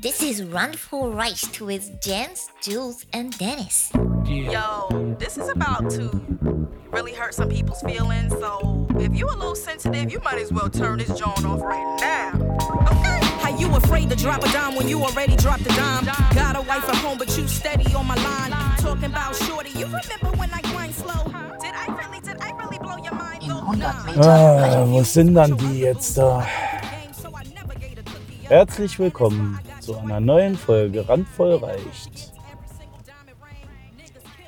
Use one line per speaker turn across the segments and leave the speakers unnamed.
This is Run for Rice with Jens, Jules, and Dennis.
Yo, this is about to really hurt some people's feelings. So if you a little sensitive, you might as well turn this joint off right now. Okay.
How you afraid to drop a dime when you already dropped a dime? Got a wife at home, but you steady on my line. Talking about shorty, you remember when I grind slow? Did I really, did I really blow your mind?
In 100
Ah,
Metern.
wo sind dann die jetzt da? Herzlich willkommen zu einer neuen Folge Randvoll reicht.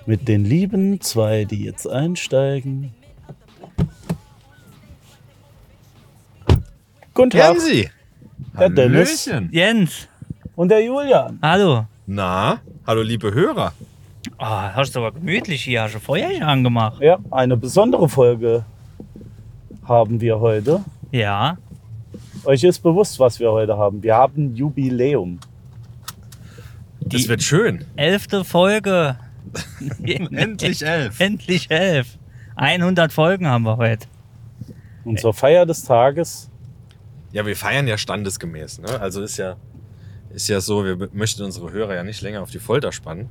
Mit den lieben zwei, die jetzt einsteigen. Guten Tag,
Jensi.
der Dennis
Hallöchen.
Jens,
und der Julian.
hallo.
Na, hallo liebe Hörer.
Ah, hast du aber gemütlich hier, hast du Feuerchen angemacht.
Ja, eine besondere Folge haben wir heute.
Ja,
Euch ist bewusst, was wir heute haben. Wir haben Jubiläum.
Das wird schön.
elfte Folge.
Endlich elf.
Endlich elf. 100 Folgen haben wir heute.
Und zur Feier des Tages
Ja, wir feiern ja standesgemäß. Ne? Also ist ja, ist ja so, wir möchten unsere Hörer ja nicht länger auf die Folter spannen.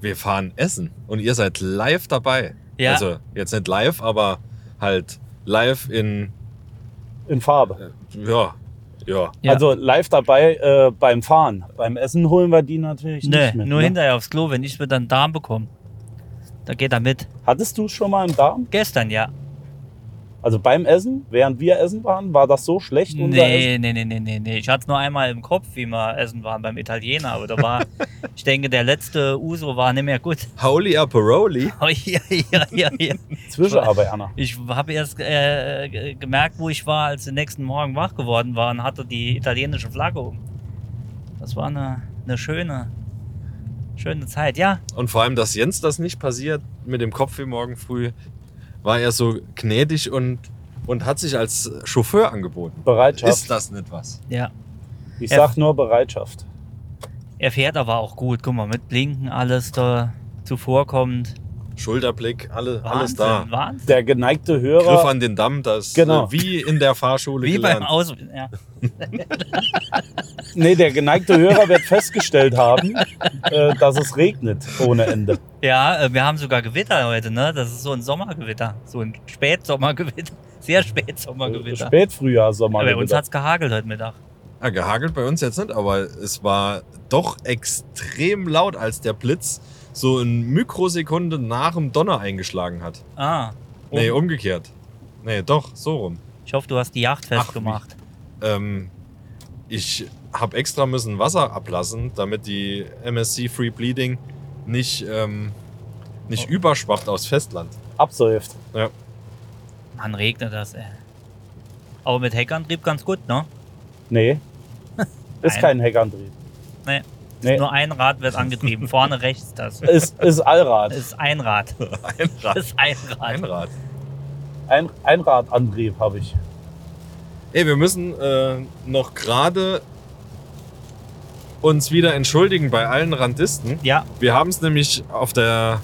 Wir fahren Essen und ihr seid live dabei.
Ja.
Also jetzt nicht live, aber halt live in,
in Farbe.
ja, ja.
Ja.
Also live dabei äh, beim Fahren. Beim Essen holen wir die natürlich
Nee,
nicht mit.
nur
ne?
hinterher aufs Klo, wenn ich mir dann einen Darm bekomme. Da geht er mit.
Hattest du schon mal einen Darm?
Gestern, ja.
Also beim Essen, während wir essen waren, war das so schlecht unser Essen?
Nee, nee, nee, nee, nee, nee. Ich hatte es nur einmal im Kopf, wie wir essen waren beim Italiener. Aber da war, ich denke, der letzte Uso war nicht mehr gut.
Holy Aperoli.
Oh, ja, ja, ja, ja.
Zwischenarbeit, Anna.
Ich habe erst äh, ge- gemerkt, wo ich war, als ich den nächsten Morgen wach geworden war und hatte die italienische Flagge um. Das war eine, eine schöne, schöne Zeit. Ja,
Und vor allem, dass Jens das nicht passiert mit dem Kopf wie morgen früh, war er so gnädig und, und hat sich als Chauffeur angeboten.
Bereitschaft.
Ist das nicht was?
ja.
Ich
Ja.
sag nur Bereitschaft.
Er fährt aber auch gut. Guck mal, mit Blinken alles da zuvorkommend.
Schulterblick, alle, alles
Wahnsinn,
da.
Wahnsinn.
Der geneigte
Griff
Hörer,
an den Damm, das
Genau.
äh, wie in der Fahrschule
Wie beim
gelernt.
Aus. Ja.
nee, der geneigte Hörer wird festgestellt haben, äh, dass es regnet ohne Ende.
ja, äh, wir haben sogar Gewitter heute, ne? Das ist so ein Sommergewitter. So ein Spätsommergewitter. Sehr Spätsommergewitter.
Spätfrühjahr, Sommer.
aber bei uns hat es gehagelt heute Mittag.
Ja, gehagelt bei uns jetzt nicht, aber es war doch extrem laut, als der Blitz so in Mikrosekunde nach dem Donner eingeschlagen hat.
Ah.
Nee, umgekehrt. Nee, doch, so rum.
Ich hoffe, du hast die Yacht festgemacht.
Ähm, ich habe extra müssen Wasser ablassen, damit die MSC Free Bleeding nicht, ähm, nicht
Oh.
überschwappt aufs Festland.
Absäuft.
Mann, regnet das, ey. Aber mit Heckantrieb ganz gut, ne?
Nee. Ist
Nein.
kein Heckantrieb.
Nee.
Nee.
Nur ein Rad wird angetrieben. Vorne rechts das.
Ist, ist Allrad.
Das ist ein Rad.
Ein
Das
Rad.
ist ein Rad.
Ein Rad.
Ein, Einradantrieb habe ich.
Ey, wir müssen äh, noch gerade uns wieder entschuldigen bei allen Randisten.
Ja,
Wir haben es nämlich auf der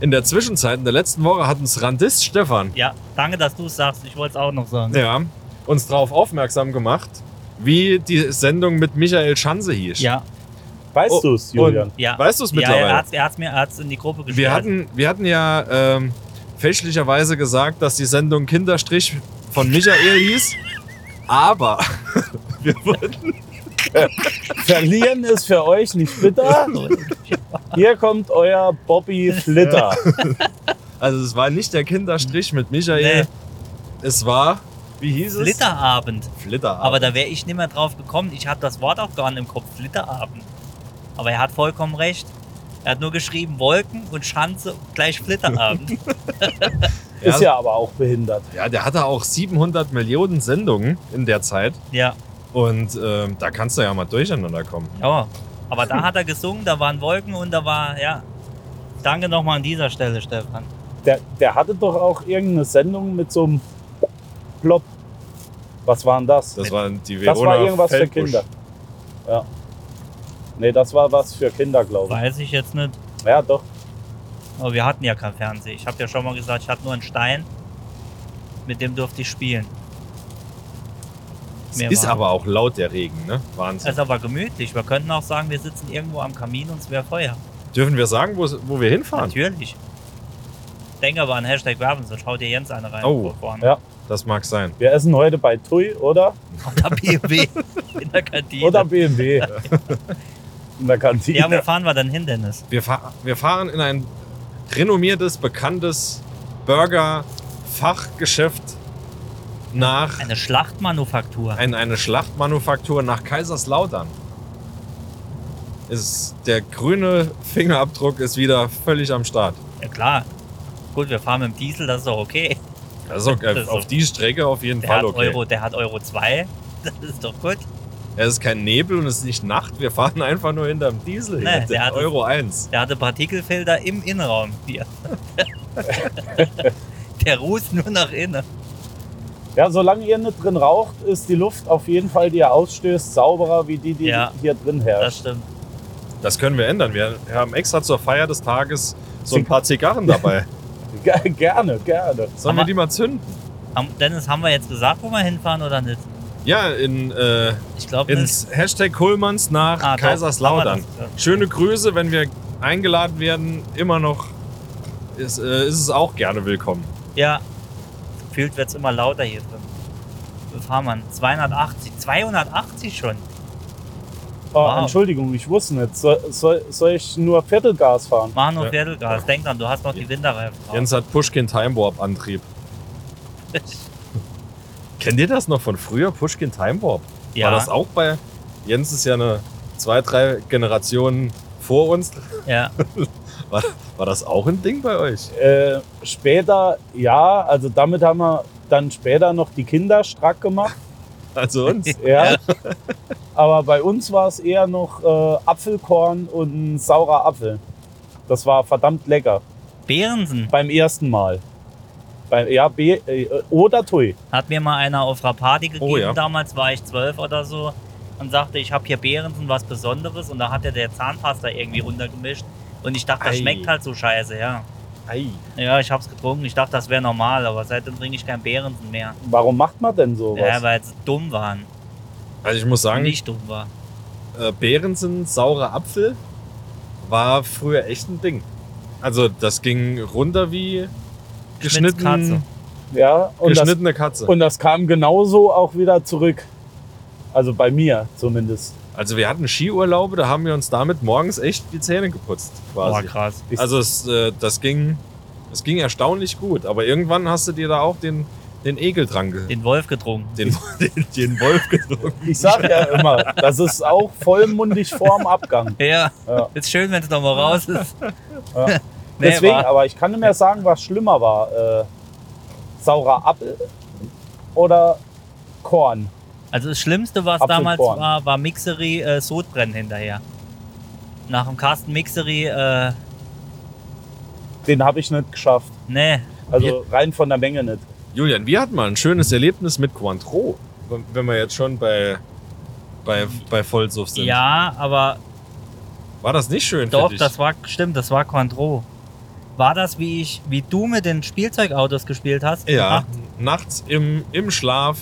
in der Zwischenzeit, in der letzten Woche, hat uns Randist Stefan
ja. Danke, dass du es sagst. Ich wollte es auch noch sagen.
ja, uns darauf aufmerksam gemacht, wie die Sendung mit Michael Schanze hieß.
Ja,
Weißt
Oh,
du's,
und-
Julian?
ja.
Weißt du es
ja, er
mittlerweile?
hat es mir er hat's in die Gruppe gestellt.
wir, hatten, wir hatten ja ähm, fälschlicherweise gesagt, dass die Sendung Kinderstrich von Michael hieß, aber wir wurden
Verlieren ist für euch nicht bitter. Hier kommt euer Bobby Flitter.
Also es war nicht der Kinderstrich mit Michael.
Nee.
Es war, wie hieß es?
Flitterabend.
Flitter.
Aber da wäre ich nicht mehr drauf gekommen. Ich habe das Wort auch gar nicht im Kopf. Flitterabend. Aber er hat vollkommen recht. Er hat nur geschrieben Wolken und Schanze gleich Flitterabend.
Ist ja aber auch behindert.
ja, der hatte auch 700 Millionen Sendungen in der Zeit.
ja.
Und ähm, da kannst du ja mal durcheinander kommen.
Ja, aber da hat er gesungen, da waren Wolken und da war, ja. Danke nochmal an dieser Stelle, Stefan.
Der, der hatte doch auch irgendeine Sendung mit so einem Plop. Was war denn das?
Das war die Verona
Das war irgendwas für
Feldbusch.
Kinder. Ja. Nee, das war was für Kinder, glaube
Weiß ich jetzt nicht,
ich. Ja, doch.
aber wir hatten ja kein Fernsehen. Ich habe ja schon mal gesagt, ich hatte nur einen Stein, mit dem durfte ich spielen. nicht mehr
Ist
warm.
aber auch laut der Regen, ne? Wahnsinn.
ist aber gemütlich. Wir könnten auch sagen, wir sitzen irgendwo am Kamin und es wäre Feuer.
Dürfen wir sagen, wo, wo wir hinfahren?
Natürlich. Denk aber an Hashtag Werbung, sonst schaut dir Jens eine rein.
Oh.
vorne.
Ja.
Das mag sein.
Wir essen heute bei Tui, oder?
Oder BMW in der Kantine.
Oder BMW. In der Kantine.
ja, wo fahren wir dann hin, Dennis?
Wir, fa wir fahren in ein renommiertes, bekanntes Burger-Fachgeschäft nach
Eine Schlachtmanufaktur.
ein, eine Schlachtmanufaktur nach Kaiserslautern. Ist, der grüne Fingerabdruck ist wieder völlig am Start.
Ja klar. Gut, wir fahren mit dem Diesel, das ist doch okay.
Also
Das
äh,
ist
auf
so.
die Strecke auf jeden
Der
Fall
hat
okay.
Euro, der hat Euro 2. Das ist doch gut.
Es ist kein Nebel und es ist nicht Nacht. Wir fahren einfach nur hinterm Diesel.
Nee,
Mit
der hat-
Euro 1.
Der hatte Partikelfilter im Innenraum hier. der ruht nur nach innen.
Ja, solange ihr nicht drin raucht, ist die Luft auf jeden Fall, die ihr ausstößt, sauberer wie die, die
Ja.
hier drin
Das
herrscht.
stimmt.
Das können wir ändern. Wir haben extra zur Feier des Tages so ein paar Zigarren dabei.
Ge- Gerne, gerne.
Sollen wir
Aber-
die mal zünden?
Ham- Dennis, haben wir jetzt gesagt, wo wir hinfahren oder nicht?
Ja, in, äh,
Ich glaube nicht.
ins Hashtag Kullmanns nach
Ah, doch,
Kaiserslautern.
haben wir das.
Schöne Grüße, wenn wir eingeladen werden, immer noch ist, äh, ist es auch gerne willkommen.
Ja. Gefühlt wird es immer lauter hier drin. Wo fahren wir? denn? 280. 280 schon.
Oh,
Wow.
Entschuldigung, ich wusste nicht. Soll, soll, soll ich nur Viertelgas fahren?
Mach nur
Ja.
Viertelgas. Denk dran, du hast noch die Winterreifen drauf.
Jens hat Pushkin Time Warp Antrieb. Kennt ihr das noch von früher? Pushkin Time Warp?
Ja.
War das auch bei Jens ist ja eine zwei, drei Generationen vor uns.
Ja.
War, war das auch ein Ding bei euch?
Äh, später, ja, also damit haben wir dann später noch die Kinder strack gemacht.
Also uns?
Ja. Aber bei uns war es eher noch äh, Apfelkorn und ein saurer Apfel. Das war verdammt lecker.
Behrensen
Beim ersten Mal. Beim, ja, B, äh, oder Tui.
hat mir mal einer auf einer Party gegeben.
Oh ja.
Damals war ich zwölf oder so und sagte, ich habe hier Behrensen was Besonderes und da hat er der Zahnpasta irgendwie runtergemischt und ich dachte, das
Ei.
schmeckt halt so scheiße, ja.
Ei.
Ja, ich hab's getrunken. Ich dachte, das wäre normal, aber seitdem trinke ich kein Behrensen mehr.
Warum macht man denn sowas?
Ja, weil sie dumm waren.
Also ich muss sagen,
Nicht dumm war.
äh, Beerensen, saurer Apfel, war früher echt ein Ding. Also das ging runter wie
Geschnitzt Katze.
geschnitten,
ja und, das,
geschnittene Katze.
und das kam genauso auch wieder zurück. Also bei mir zumindest.
Also wir hatten Skiurlaube, da haben wir uns damit morgens echt die Zähne geputzt
Boah,
quasi.
krass.
Ich-
also es, äh, das ging, es ging erstaunlich gut. Aber irgendwann hast du dir da auch den, den Ekel dran ge
Den Wolf getrunken.
den, den, den Wolf gedrückt.
Ich sag ja immer, das ist auch vollmundig vorm Abgang.
Ja,
Ja.
ist schön, wenn es nochmal raus ist.
Ja.
nee,
Deswegen,
war,
aber ich kann nicht mehr sagen, was schlimmer war. Äh, saurer Apfel oder Korn.
also das Schlimmste, was
Apfelkorn.
damals war, war Mixery äh, Sodbrennen hinterher. Nach dem Carsten Mixery, äh,
Den habe ich nicht geschafft.
nee,
Also rein von der Menge nicht.
Julian, wir hatten mal ein schönes Erlebnis mit Cointreau, wenn- wenn wir jetzt schon bei, bei, bei Vollsuff sind.
ja, aber
War das nicht schön für
Doch,
dich?
das war, stimmt, das war Quandro. War das, wie ich, wie du mit den Spielzeugautos gespielt hast?
Ja,
Ach,
nachts im, im Schlaf,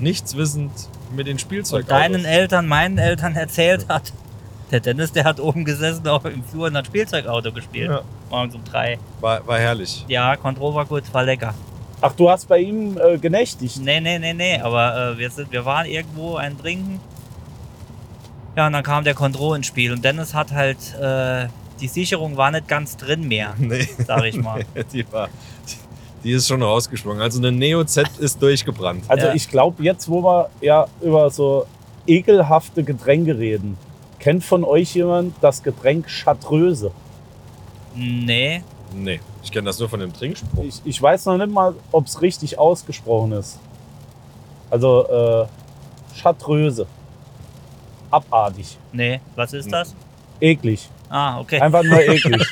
nichts wissend mit den
Und
Spielzeugautos.
deinen Eltern, meinen Eltern erzählt hat. Der Dennis, der hat oben gesessen, auch im Flur und hat Spielzeugauto gespielt.
Ja.
Morgens um drei.
war, war herrlich.
Ja, Quandro war gut, war lecker.
Ach, du hast bei ihm äh, genächtigt.
Nee, nee, nee, nee, aber äh, wir, sind, wir waren irgendwo ein Trinken. Ja, und dann kam der Quandro ins Spiel und Dennis hat halt, äh, die Sicherung war nicht ganz drin mehr,
Nee,
sag ich mal.
die war. Die ist schon rausgesprungen. Also eine Neo Z ist durchgebrannt.
Also
Ja.
ich glaube, jetzt, wo wir ja über so ekelhafte Getränke reden, kennt von euch jemand das Getränk Chartreuse?
Nee,
Nee, ich kenne das nur von dem Trinkspruch.
Ich, ich weiß noch nicht mal, ob es richtig ausgesprochen ist. Also äh, Chartreuse. Abartig.
nee, was ist das?
Eklig.
Ah, okay.
Einfach nur eklig.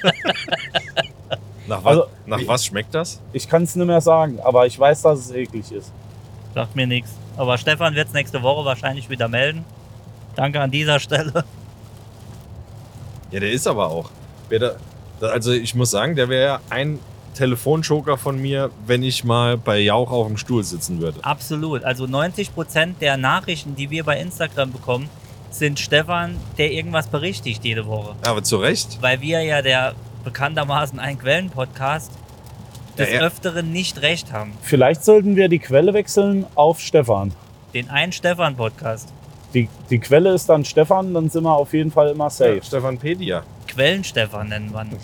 Nach, wa
also-
nach was schmeckt das?
Ich kann es nicht mehr sagen, aber ich weiß, dass es eklig ist.
Sagt mir nichts. Aber Stefan wird es nächste Woche wahrscheinlich wieder melden. Danke an dieser Stelle.
Ja, der ist aber auch. Wer da, da, also ich muss sagen, der wäre ein Telefonjoker von mir, wenn ich mal bei Jauch auf dem Stuhl sitzen würde.
Absolut. Also 90% der Nachrichten, die wir bei Instagram bekommen, sind Stefan, der irgendwas berichtigt jede Woche.
Aber zu Recht.
Weil wir ja der bekanntermaßen ein Quellen-Podcast des
Ja, ja.
Öfteren nicht recht haben.
Vielleicht sollten wir die Quelle wechseln auf Stefan.
Den einen Stefan-Podcast.
Die, die Quelle ist dann Stefan, dann sind wir auf jeden Fall immer safe.
Ja, Stefan Pedia.
Quellen-Stefan nennen wir ihn.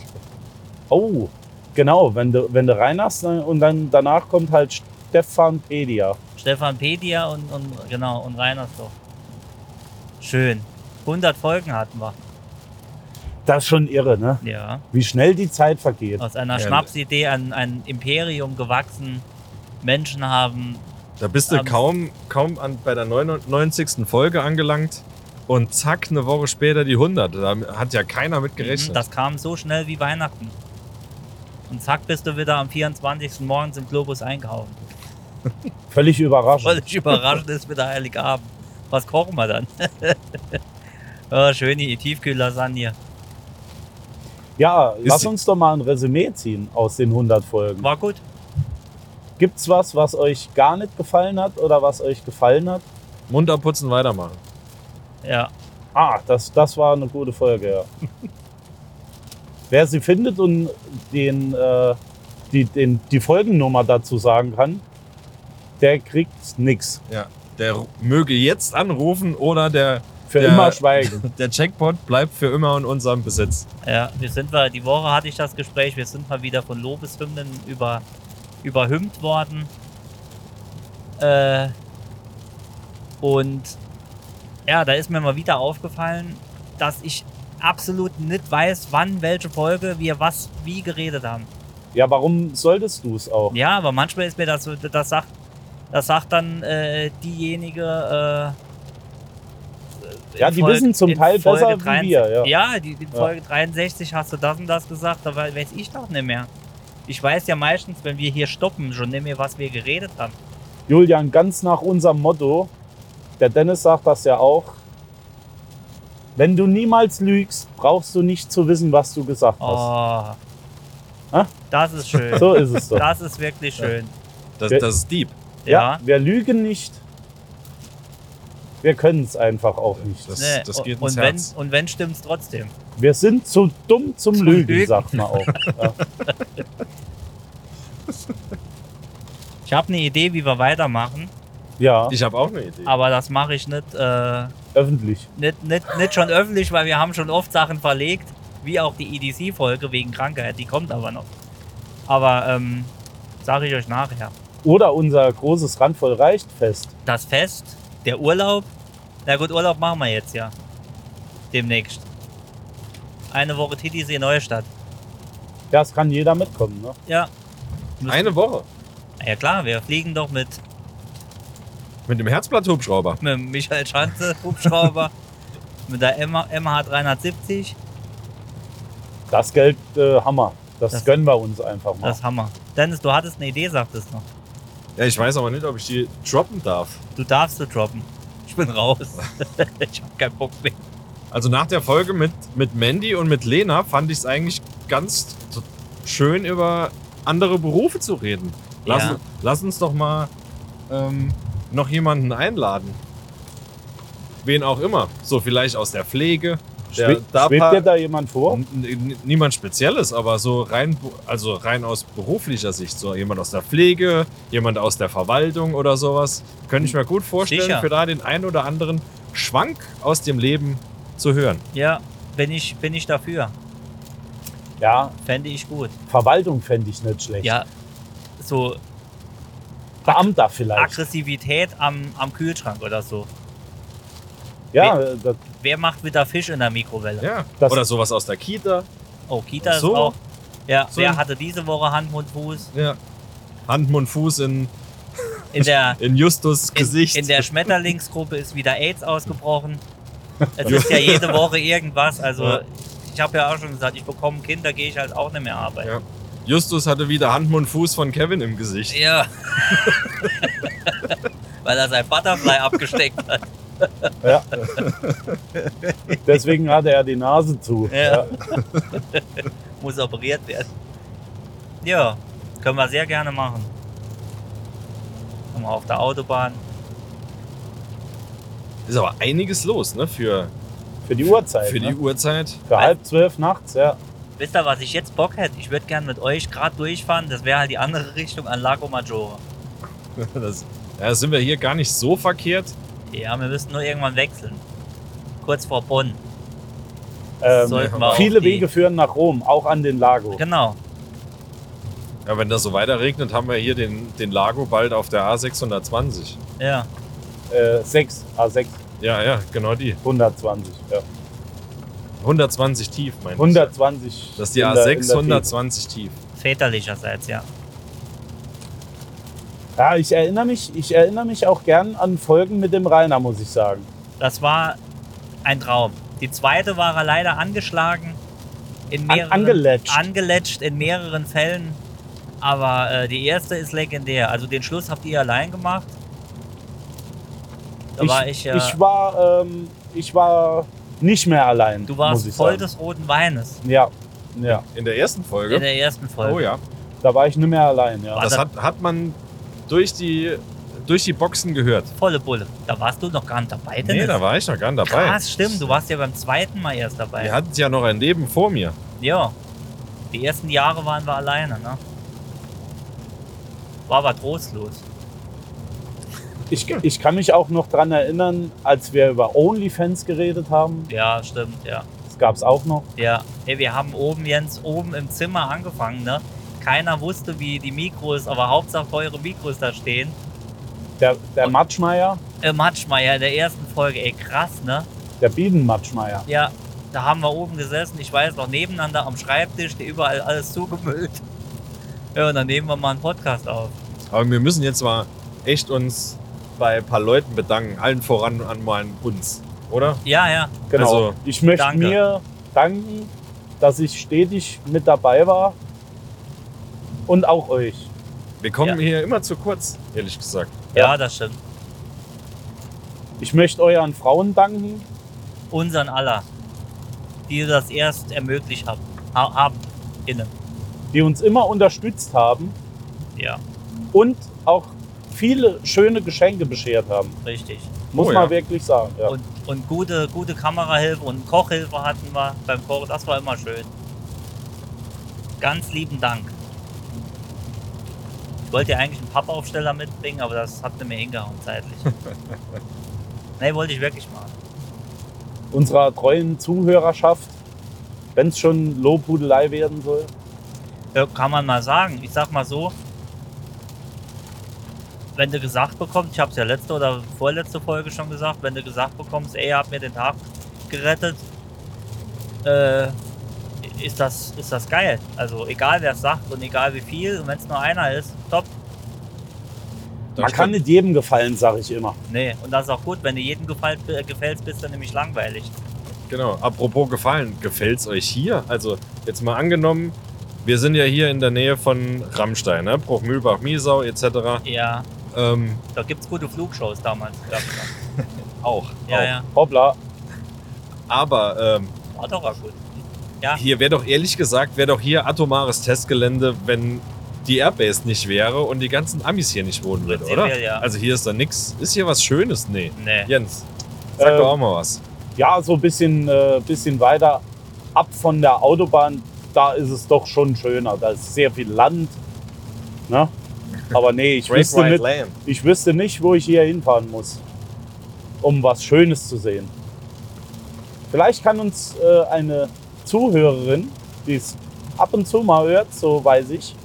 Oh, genau, wenn du, wenn du rein hast ne, und dann danach kommt halt Stefanpedia.
Stefan Pedia und, und genau und Rainer doch. Schön. 100 Folgen hatten wir.
Das ist schon irre, ne?
Ja.
Wie schnell die Zeit vergeht.
Aus einer
Ja.
Schnapsidee an ein Imperium gewachsen. Menschen haben
Da bist du
Ähm.
kaum, kaum an, bei der 99. Folge angelangt und zack, eine Woche später die 100. Da hat ja keiner mit gerechnet.
Mhm, Das kam so schnell wie Weihnachten. Und zack, bist du wieder am 24. morgens im Globus einkaufen.
Völlig überraschend.
Völlig überraschend ist wieder Heiligabend. Was kochen wir dann? oh, schöne Tiefkühl-Lasagne.
Ja, lass
die-
uns doch mal ein Resümee ziehen aus den 100 Folgen.
War gut.
Gibt's was, was euch gar nicht gefallen hat oder was euch gefallen hat?
Mund abputzen, weitermachen.
Ja.
Ah, das, das war eine gute Folge, ja. Wer sie findet und den, äh, die, den, die Folgennummer dazu sagen kann, der kriegt nix.
Ja. Der ru- möge jetzt anrufen oder der,
Für
Ja.
immer schweigen.
der Checkpot bleibt für immer in unserem Besitz.
Ja, wir sind mal, die Woche hatte ich das Gespräch, wir sind mal wieder von Lobeshymnen über, überhymnt worden. Äh, und ja, da ist mir mal wieder aufgefallen, dass ich absolut nicht weiß, wann welche Folge wir was wie geredet haben.
Ja, warum solltest du es auch?
Ja, aber manchmal ist mir das so, das sagt, das sagt dann äh, diejenige. Äh,
Ja,
in
die
Folge-
wissen zum
in
Teil
Folge
besser wie wir,
Ja, die, in Folge 63 hast du das und das gesagt, aber weiß ich doch nicht mehr. Ich weiß ja meistens, wenn wir hier stoppen, schon nicht mehr, was wir geredet haben.
Julian, ganz nach unserem Motto, der Dennis sagt das ja auch, wenn du niemals lügst, brauchst du nicht zu wissen, was du gesagt hast.
Oh.
Ha?
Das ist schön.
So ist es doch.
Das ist wirklich schön.
Das,
Ja.
das ist deep.
Ja.
wir lügen nicht. Wir können es einfach auch nicht.
Das,
Nee,
das geht
Ne, und,
ins
wenn,
Herz.
und wenn stimmt's trotzdem.
Wir sind zu dumm zum
Zum
Lügen,
Lügen.
sagt man auch. Ja.
Ich habe eine Idee, wie wir weitermachen,
ja,
Ich habe auch eine Idee.
aber das mache ich nicht. Äh,
öffentlich.
nicht, nicht, nicht schon öffentlich, weil wir haben schon oft Sachen verlegt, wie auch die EDC-Folge wegen Krankheit, die kommt aber noch. Aber ähm, sage ich euch nachher.
Oder unser großes Randvoll reicht fest.
Das Fest, der Urlaub, na gut, Urlaub machen wir jetzt ja. Demnächst. Eine Woche Titisee Neustadt.
Ja, es kann jeder mitkommen. Ne?
Ja.
Eine Woche.
Ah Ja klar, wir fliegen doch mit,
Mit dem Herzblatt-Hubschrauber.
mit dem Michael Schanze, Hubschrauber, mit der MH, MH 370.
Das Geld äh, Hammer. Das,
Das-
gönnen wir uns einfach mal.
Das ist Hammer. Dennis, du hattest eine Idee, sagtest noch.
Ja, ich weiß aber nicht, ob ich die droppen darf.
Du darfst sie droppen. Ich bin raus. ich hab keinen Bock mehr.
Also nach der Folge mit, mit Mandy und mit Lena fand ich es eigentlich ganz t- schön, über andere Berufe zu reden. Lass,
Ja.
lass uns doch mal ähm, noch jemanden einladen. Wen auch immer. So vielleicht aus der Pflege. Der, Um-
Schwebt,
da
schwebt
paar-
dir da jemand vor?
N- n- Niemand Spezielles, aber so rein, bu- also rein aus beruflicher Sicht. So jemand aus der Pflege, jemand aus der Verwaltung oder sowas. Könnte ich mir gut vorstellen,
Hm. Sicher.
für da den einen oder anderen Schwank aus dem Leben zu hören.
Ja, bin ich, bin ich dafür.
Ja,
Fände ich gut.
Verwaltung fände ich nicht schlecht.
Ja, so
Beamter vielleicht.
Aggressivität am, am Kühlschrank oder so.
ja, äh, das,
Wer macht wieder Fisch in der Mikrowelle?
Ja.
Das-
Oder sowas aus der Kita.
Oh, Kita
So.
ist auch. Ja,
So.
wer hatte diese Woche Hand, Mund, Fuß?
Ja. Hand, Mund, Fuß in,
In der,
in Justus
in,
Gesicht.
in der Schmetterlingsgruppe ist wieder AIDS ausgebrochen. Es ist ja jede Woche irgendwas. Also,
Ja.
ich habe ja auch schon gesagt, ich bekomme Kinder, gehe ich halt auch nicht mehr arbeiten.
Ja. Justus hatte wieder Hand, Mund, Fuß von Kevin im Gesicht.
Ja. Weil er sein Butterfly abgesteckt hat.
ja. Deswegen hatte er die Nase zu.
Ja. Muss operiert werden. Ja, können wir sehr gerne machen. Nochmal auf der Autobahn.
Ist aber einiges los, ne? Für,
Für die Uhrzeit.
für die
ne?
Uhrzeit.
Für halb zwölf nachts, ja.
Wisst ihr, was ich jetzt Bock hätte? Ich würde gerne mit euch gerade durchfahren. Das wäre halt die andere Richtung an Lago Maggiore.
Das, ja, sind wir hier gar nicht so verkehrt.
Ja, wir müssen nur irgendwann wechseln. Kurz vor Bonn.
Ähm,
Sollten wir auch
viele
die-
Wege führen nach Rom, auch an den Lago.
Genau.
Ja, wenn das so weiter regnet, haben wir hier den, den Lago bald auf der A620.
Ja.
Äh, 6, A6,
Ja, ja, genau die.
120. Ja.
120 tief, meine
120.
ich. Das ist die
in der- in
A6,
der
120 tief.
Väterlicherseits, ja.
Tiefe. Ja, ich erinnere mich, ich erinnere mich auch gern an Folgen mit dem Rainer, muss ich sagen.
Das war ein Traum. Die zweite war er leider angeschlagen. In
An-
mehreren,
angeletscht.
Angeletscht in mehreren Fällen. Aber äh, die erste ist legendär. Also den Schluss habt ihr allein gemacht. Da war ich äh, ja.
ich war, ähm, ich war nicht mehr allein.
du
muss
warst
ich
voll
sagen.
des roten Weines
Ja, ja.
In der ersten Folge.
in der ersten Folge.
oh ja.
Da war ich nicht mehr allein. Ja.
Was?
Das hat, hat man durch die, durch die Boxen gehört.
Volle Bulle. Da warst du noch gar nicht dabei, Dennis.
Nee, da war ich noch gar nicht dabei.
Krass, stimmt. Du warst ja beim zweiten Mal erst dabei.
Ihr hattet ja noch ein Leben vor mir.
Ja. Die ersten Jahre waren wir alleine, ne? War aber trostlos.
Ich, ich kann mich auch noch dran erinnern, als wir über OnlyFans geredet haben.
Ja, stimmt, ja.
Das gab es auch noch.
Ja. Ey, wir haben oben, Jens, oben im Zimmer angefangen, ne? Keiner wusste, wie die Mikros, aber Hauptsache eure Mikros da stehen.
Der, der Matschmeier,
Äh, Matschmeier in der ersten Folge, ey, krass, ne?
der Bienenmatschmeier.
Ja, da haben wir oben gesessen, ich weiß noch, nebeneinander am Schreibtisch, der überall alles zugemüllt. Ja, und dann nehmen wir mal einen Podcast auf.
Aber wir müssen jetzt mal echt uns bei ein paar Leuten bedanken. Allen voran an meinen uns, oder?
Ja, ja,
Genau.
Also,
ich möchte
danke.
mir danken, dass ich stetig mit dabei war und auch euch.
Wir kommen
Ja.
hier immer zu kurz, ehrlich gesagt.
ja, das stimmt.
Ich möchte euren Frauen danken.
unseren aller, die das erst ermöglicht haben. Ha- haben. Innen.
die uns immer unterstützt haben
Ja,
und auch viele schöne Geschenke beschert haben.
richtig.
Muss
Oh,
man
ja.
wirklich sagen. Ja.
Und, und gute, gute Kamerahilfe und Kochhilfe hatten wir beim Kochen. Das war immer schön. Ganz lieben Dank. Ich wollte ja eigentlich einen Pappaufsteller mitbringen, aber das hat mir mehr hingehauen zeitlich. nee, wollte ich wirklich machen.
Unserer treuen Zuhörerschaft, wenn es schon Lobhudelei werden soll.
Ja, kann man mal sagen. Ich sag mal so, wenn du gesagt bekommst, ich hab's ja letzte oder vorletzte Folge schon gesagt, wenn du gesagt bekommst, ey, ihr habt mir den Tag gerettet, äh, ist, das, ist das geil. Also egal wer es sagt und egal wie viel und wenn es nur einer ist, top.
Da
Man kann
stand-
nicht jedem gefallen, sage ich immer.
Nee, und das ist auch gut, wenn du jedem gefällt, äh, gefällst, bist du nämlich langweilig.
Genau. Apropos gefallen, gefällt's euch hier? Also, jetzt mal angenommen, wir sind ja hier in der Nähe von Rammstein, ne? Bruchmühlbach, Miesau etc.
Ja,
Ähm,
da gibt's gute Flugshows damals. gab's da.
auch.
Ja,
auch.
ja,
Hoppla,
Aber ähm,
war doch auch gut.
hier wäre doch ehrlich gesagt, wäre doch hier atomares Testgelände, wenn die Airbase nicht wäre und die ganzen Amis hier nicht wohnen würden, oder?
Prinzipiell, ja.
Also hier ist da nix. Ist hier was Schönes? Nee.
Nee.
Jens, sag
Ähm,
doch auch mal was.
ja, so ein bisschen, äh, bisschen weiter ab von der Autobahn, da ist es doch schon schöner. Da ist sehr viel Land. Ne? Aber nee, ich
Great
wüsste,
White
nicht,
Land.
ich wüsste nicht, wo ich hier hinfahren muss, um was Schönes zu sehen. Vielleicht kann uns äh, eine Zuhörerin, die es ab und zu mal hört, so weiß ich,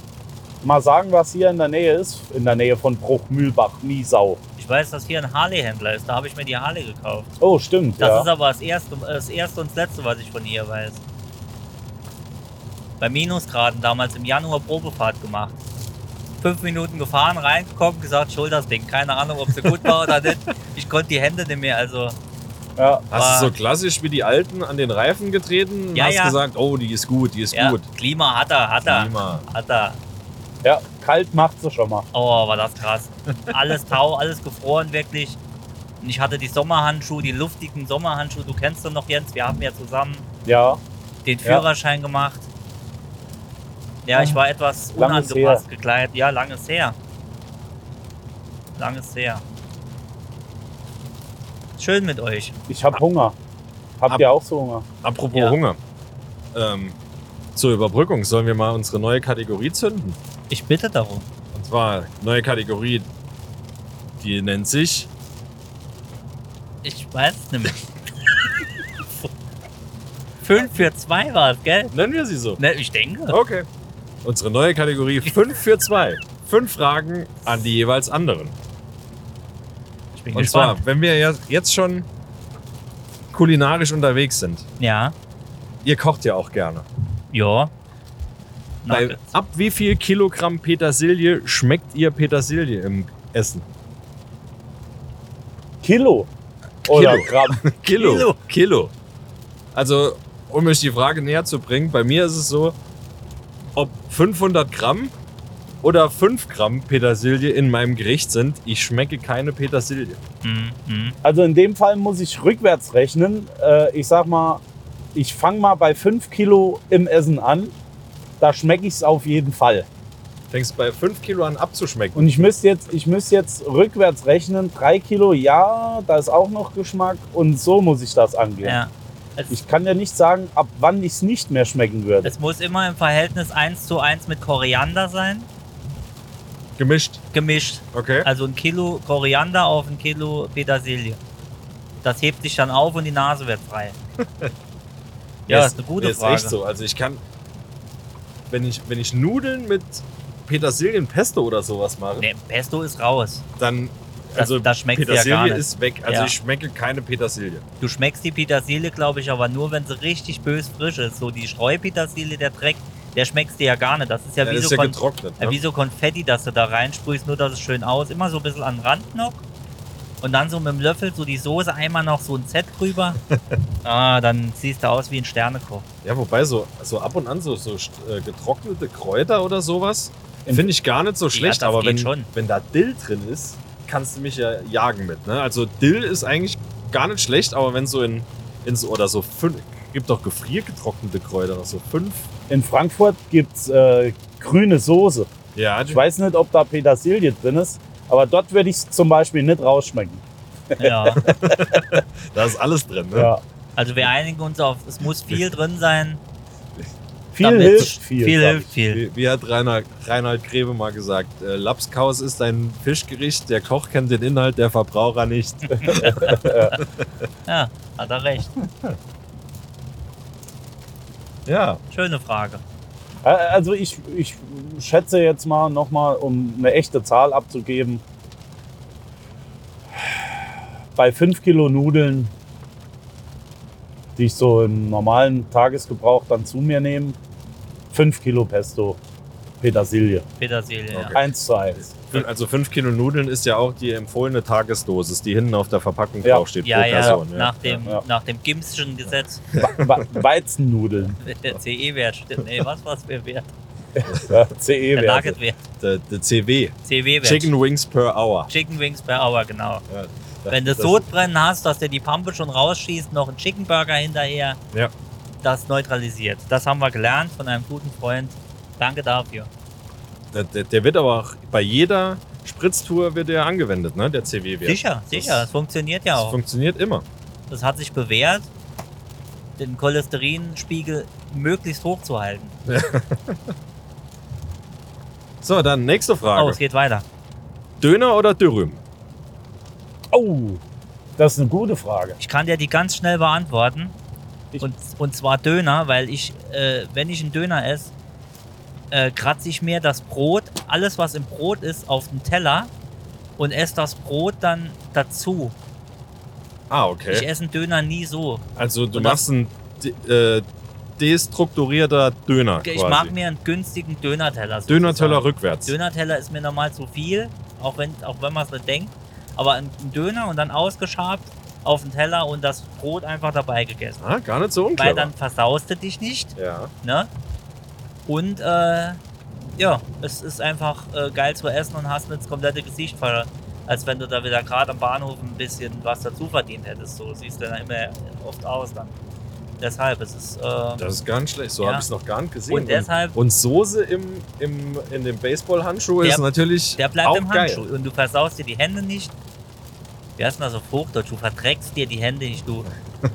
mal sagen, was hier in der Nähe ist, in der Nähe von Bruchmühlbach, Miesau.
Ich weiß, dass hier ein Harley-Händler ist, da habe ich mir die Harley gekauft.
Oh, stimmt,
Das
ja.
ist aber das erste, das erste und das letzte, was ich von hier weiß. Bei Minusgraden damals im Januar Probefahrt gemacht. Fünf Minuten gefahren, reingekommen, gesagt, schuld das Ding. Keine Ahnung, ob sie gut war oder nicht. Ich konnte die Hände nicht mehr. Also,
ja.
Hast du
war-
so klassisch wie die Alten an den Reifen getreten und
Ah. Ja,
hast
ja.
gesagt, oh, die ist gut, die ist
ja,
gut.
Klima hat er, hat er.
Klima.
Hat er.
ja, kalt macht sie schon mal.
Oh, war das krass. Alles tau, alles gefroren, wirklich. Und ich hatte die Sommerhandschuhe, die luftigen Sommerhandschuhe. Du kennst doch noch, Jens. Wir haben ja zusammen
Ja,
den
Ja.
Führerschein gemacht. Ja, ich war etwas
Langes
unangepasst gekleidet. Ja, langes her. Langes her. Schön mit euch.
Ich habe Hunger. Habt
Ab-
ihr auch so Hunger?
Apropos
Ja.
Hunger. Ähm, zur Überbrückung sollen wir mal unsere neue Kategorie zünden.
Ich bitte darum.
Und zwar neue Kategorie, die nennt sich
Ich weiß nicht mehr. Fünf für zwei war es, gell?
Nennen wir sie so.
Ne, ich denke.
Okay. Unsere neue Kategorie 5 für 2. Fünf Fragen an die jeweils anderen.
Ich bin
Und
gespannt.
zwar, wenn wir ja jetzt schon kulinarisch unterwegs sind.
Ja.
Ihr kocht ja auch gerne.
Ja.
Bei,
Nuggets.
ab wie viel Kilogramm Petersilie schmeckt ihr Petersilie im Essen?
Kilo. Oder
Kilo.
Gramm.
Kilo.
Kilo.
Kilo. Also, um euch die Frage näher zu bringen, bei mir ist es so, ob 500 Gramm oder 5 Gramm Petersilie in meinem Gericht sind, ich schmecke keine Petersilie.
Mhm, mhm.
Also in dem Fall muss ich rückwärts rechnen. Äh, ich sag mal, ich fange mal bei 5 Kilo im Essen an. Da schmecke ich es auf jeden Fall.
Fängst bei 5 Kilo an abzuschmecken.
Und ich müsste jetzt, ich müsste jetzt rückwärts rechnen. 3 Kilo, ja, da ist auch noch Geschmack. Und so muss ich das angehen.
Ja. Es,
Ich kann ja nicht sagen, ab wann ich es nicht mehr schmecken würde.
es muss immer im Verhältnis 1 zu 1 mit Koriander sein.
Gemischt.
Gemischt.
Okay.
Also ein Kilo Koriander auf ein Kilo Petersilie. Das hebt sich dann auf und die Nase wird frei. ja, ist eine gute
ist
Frage.
echt so. Also ich kann, wenn ich, wenn ich Nudeln mit Petersilienpesto oder sowas mache,
Nee, Pesto ist raus.
dann
Das-
also
das schmeckt ja gar
Petersilie
nicht.
ist weg. Also
Ja.
ich schmecke keine Petersilie.
Du schmeckst die Petersilie, glaube ich, aber nur, wenn sie richtig bös frisch ist. So die Streupetersilie, der Dreck, der schmeckst dir ja gar nicht. Das ist ja,
Ja,
wie,
das ist
so
ja
Kon-
getrocknet.
ja,
ne?
wie so Konfetti, das du da reinsprühst, nur dass es schön aus. Immer so ein bisschen an den Rand noch. Und dann so mit dem Löffel so die Soße einmal noch so ein Z drüber. ah, dann siehst du aus wie ein Sternekoch.
Ja, wobei so, so ab und an so, so äh, getrocknete Kräuter oder sowas
Im-
finde ich gar nicht so schlecht,
das
aber
geht
wenn,
schon.
wenn da Dill drin ist, kannst du mich ja jagen mit. Ne? Also Dill ist eigentlich gar nicht schlecht, aber wenn so in, in so, oder so fünf, gibt doch gefriergetrocknete Kräuter, so fünf.
In Frankfurt gibt es äh, grüne Soße.
Ja,
Ich weiß nicht, ob da Petersilie drin ist, aber dort würde ich es zum Beispiel nicht rausschmecken.
Ja.
da ist alles drin. Ne?
Ja.
Also wir einigen uns auf, es muss viel drin sein.
Viel
damit-
hilft viel.
Viel
sag
hilft viel.
Wie, wie hat Rainer, Reinhard Grebe mal gesagt, äh, Lapskaus ist ein Fischgericht, der Koch kennt den Inhalt, der Verbraucher nicht.
Ja, hat er recht.
ja,
Schöne Frage.
Äh, Also ich, ich schätze jetzt mal nochmal, um eine echte Zahl abzugeben. Bei 5 Kilo Nudeln, die ich so im normalen Tagesgebrauch dann zu mir nehme, 5 Kilo Pesto, Petersilie.
Petersilie.
Okay.
Ja.
1 zu 1.
Fün- Also 5 Kilo Nudeln ist ja auch die empfohlene Tagesdosis, die hinten auf der Verpackung
Ja.
draufsteht
Ja,
pro
ja,
Person.
nach dem,
ja.
nach dem Gimpschen Gesetz,
Weizennudeln,
der CE-Wert, stimmt. Nee, was war's für Wert?
ja, E
Der
CE-Wert.
Nugget-Wert,
Der, der CW,
CW-Wert.
Chicken Wings per Hour.
Chicken E Wings per Hour, genau.
Ja,
Wenn du
das-
Sodbrennen hast, dass dir die Pampe schon rausschießt, noch ein Chicken Burger hinterher,
Ja.
das neutralisiert. Das haben wir gelernt von einem guten Freund. Danke dafür.
der, der, der wird aber auch bei jeder Spritztour wird der angewendet, ne? der CW-Wert.
Sicher, sicher, das funktioniert ja
Das
auch.
funktioniert immer.
Das hat sich bewährt, den Cholesterinspiegel möglichst hoch zu halten.
So, dann nächste
Oh,
Frage.
es geht weiter.
Döner oder Dürüm?
Oh, das ist eine gute Frage.
Ich kann dir die ganz schnell beantworten.
Ich-
Und, und zwar Döner, weil ich, äh, wenn ich einen Döner esse, äh, kratze ich mir das Brot, alles was im Brot ist, auf den Teller und esse das Brot dann dazu.
Ah,
Ich
okay.
esse einen Döner nie so.
Also du
Und
machst
das-
einen de äh, destrukturierter Döner
Ich
quasi.
mag mir einen günstigen Dönerteller. sozusagen.
Döner-Teller rückwärts.
Dönerteller ist mir normal zu viel, auch wenn, auch wenn man es nicht denkt. Aber ein ein Döner und dann ausgeschabt auf den Teller und das Brot einfach dabei gegessen.
ah, gar nicht so
Weil
unklar.
dann versaust du dich nicht.
ja.
Ne? Und äh, ja, es ist einfach äh, geil zu essen und hast nicht das komplette Gesicht voll. Als wenn du da wieder gerade am Bahnhof ein bisschen was dazu verdient hättest. So siehst du dann immer oft aus dann. Deshalb, es ist. Äh,
Das ist gar nicht schlecht. So
Ja.
habe ich es noch gar nicht gesehen.
und deshalb,
und Soße im, im, in dem Baseballhandschuh
Der-
ist natürlich
der bleibt
auch
im
geil.
Handschuh. Und du versaust dir die Hände nicht. Wie heißt denn das auf Hochdeutsch? Du verträgst dir die Hände nicht. Du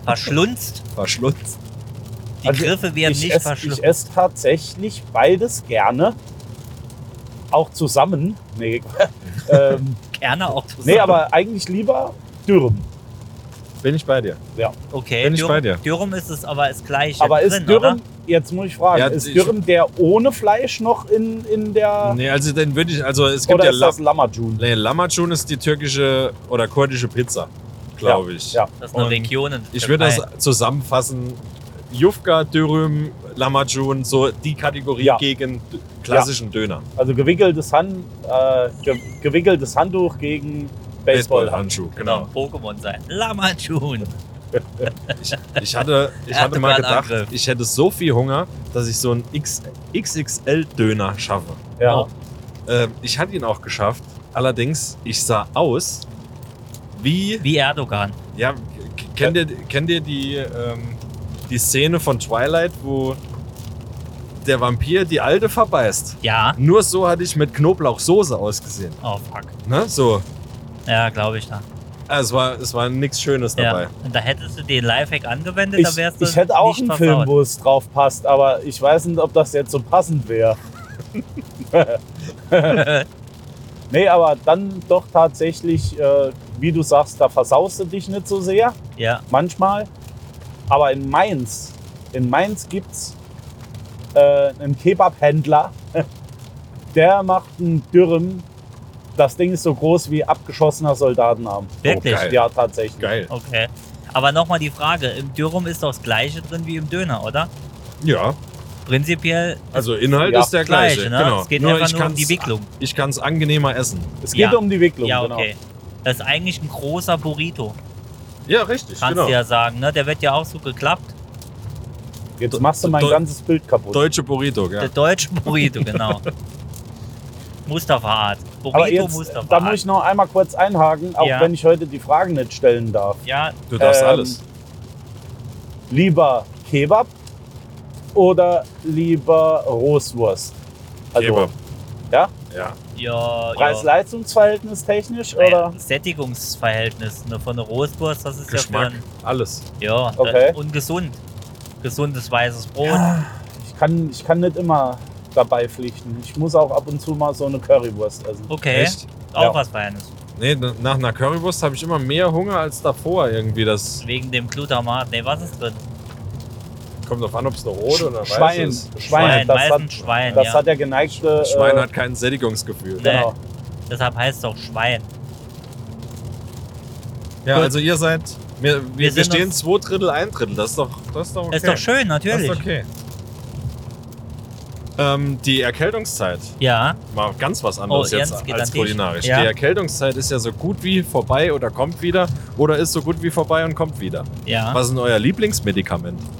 verschlunzt.
Verschlutzt.
Die
Also,
Griffe werden
ich
nicht
esse
verschlunzt.
ich ess tatsächlich beides gerne. Auch zusammen. Nee, ähm,
Gerne auch zusammen.
nee aber eigentlich lieber Dürren.
Bin ich bei dir.
okay,
bin ich
Dürüm,
bei dir.
Dürüm ist es aber das gleiche.
aber ist
drin,
Dürren,
Oder?
jetzt muss ich fragen,
Ja,
ist
ich-
Dürren der ohne Fleisch noch in, in der.
Nee, also dann würde ich, also es gibt
oder
ja
ist das
Lam
Lamajun?
nee, Lamacun ist die türkische oder kurdische Pizza, glaube ich.
Ja.
Das ist eine
Und
Region. in
Ich würde
Türkei.
das zusammenfassen. Jufka, Dürüm, Lamacun, so die Kategorie
Ja.
gegen d- klassischen Döner.
Also gewickeltes, Han, äh, ge gewickeltes Handtuch gegen Baseballhandschuh.
Baseballhandschuh,
genau.
genau.
Pokémon sein. Lamachun.
Ich,
Genau.
ich hatte, ich hatte mal gedacht,
Erdogan-Angriff.
ich hätte so viel Hunger, dass ich so einen X, XXL-Döner schaffe.
Ja.
Oh.
Ähm, ich hatte ihn auch geschafft. Allerdings, ich sah aus wie.
Wie Erdogan.
Ja, k- kennt ihr, kennt ihr die, ähm, die Szene von Twilight, wo der Vampir die Alte verbeißt?
Ja.
Nur so hatte ich mit Knoblauchsoße ausgesehen.
Oh fuck.
Ne? So.
Ja, glaube ich da.
Ah, Es war, es war nichts Schönes dabei.
Ja. Und da hättest du den Lifehack angewendet, da
Ich,
wärst du.
ich hätte auch
nicht
einen
versaut.
Film, wo es drauf passt, aber ich weiß nicht, ob das jetzt so passend wäre. nee, aber dann doch tatsächlich, äh, wie du sagst, da versaust du dich nicht so sehr,
Ja.
manchmal. Aber in Mainz, in Mainz gibt's äh, einen Kebabhändler, der macht einen Dürren. Das Ding ist so groß wie abgeschossener Soldatenarm.
Wirklich?
geil.
Ja, tatsächlich.
Geil.
Okay. Aber nochmal die Frage: Im Dürrum ist doch das Gleiche drin wie im Döner, oder?
Ja.
Prinzipiell
Also Inhalt
Ja.
ist der gleiche.
Gleiche, ne?
Genau.
Es geht
nur
einfach
ich
nur um
kann's-
die Wicklung.
Ich kann es angenehmer essen.
Es geht
Ja.
um die Wicklung,
ja,
genau.
okay. Das ist eigentlich ein großer Burrito,
Ja, richtig.
kannst
genau.
du ja sagen. Ne? Der wird ja auch so geklappt.
Jetzt machst du mein
Deu-
ganzes Bild kaputt.
Deutsche Burrito, ja.
Der deutsche Burrito, genau. Mustafa-Art.
Aber
Burrito
jetzt,
Mustafa.
da muss ich noch einmal kurz einhaken, auch
Ja.
wenn ich heute die Fragen nicht stellen darf.
ja,
Du darfst
Ähm,
alles.
Lieber Kebab oder lieber Rohswurst? Also
Kebab.
Ja?
Ja.
ja, ja.
Preis-Leistungs-Verhältnis technisch
Naja,
oder?
Sättigungsverhältnis ne? von der Rohstwurst, das ist
Geschmack.
ja für
Alles.
ein, ja,
Okay.
das- und gesund. Gesundes weißes Brot.
Ich kann, ich kann nicht immer dabei pflichten. Ich muss auch ab und zu mal so eine Currywurst essen.
Okay,
Echt?
auch
Ja.
was Feines.
Nee, na- nach einer Currywurst habe ich immer mehr Hunger als davor irgendwie. Das
Wegen dem Glutamat. Ne, was ist drin?
kommt drauf an, ob es eine rote oder weiße
Schwein,
ist.
Schwein,
Schwein,
das,
meistens
hat,
Schwein,
das
ja.
hat der geneigte.
Schwein
äh,
hat kein Sättigungsgefühl.
Nee.
genau.
Deshalb heißt es auch Schwein.
Ja,
Gut.
also ihr seid. Wir, wir,
Wir
wir
sind
stehen
uns-
zwei Drittel, ein Drittel. Das ist doch, das ist doch okay.
Ist doch schön,
Das
natürlich.
ist okay. Ähm, die Erkältungszeit.
Ja,
Mal ganz was anderes
Oh, Jens,
jetzt
geht
als
an dich.
kulinarisch.
Ja.
Die Erkältungszeit ist ja so gut wie vorbei oder kommt wieder oder ist so gut wie vorbei und kommt wieder.
ja.
Was ist denn euer Lieblingsmedikament?
Ah.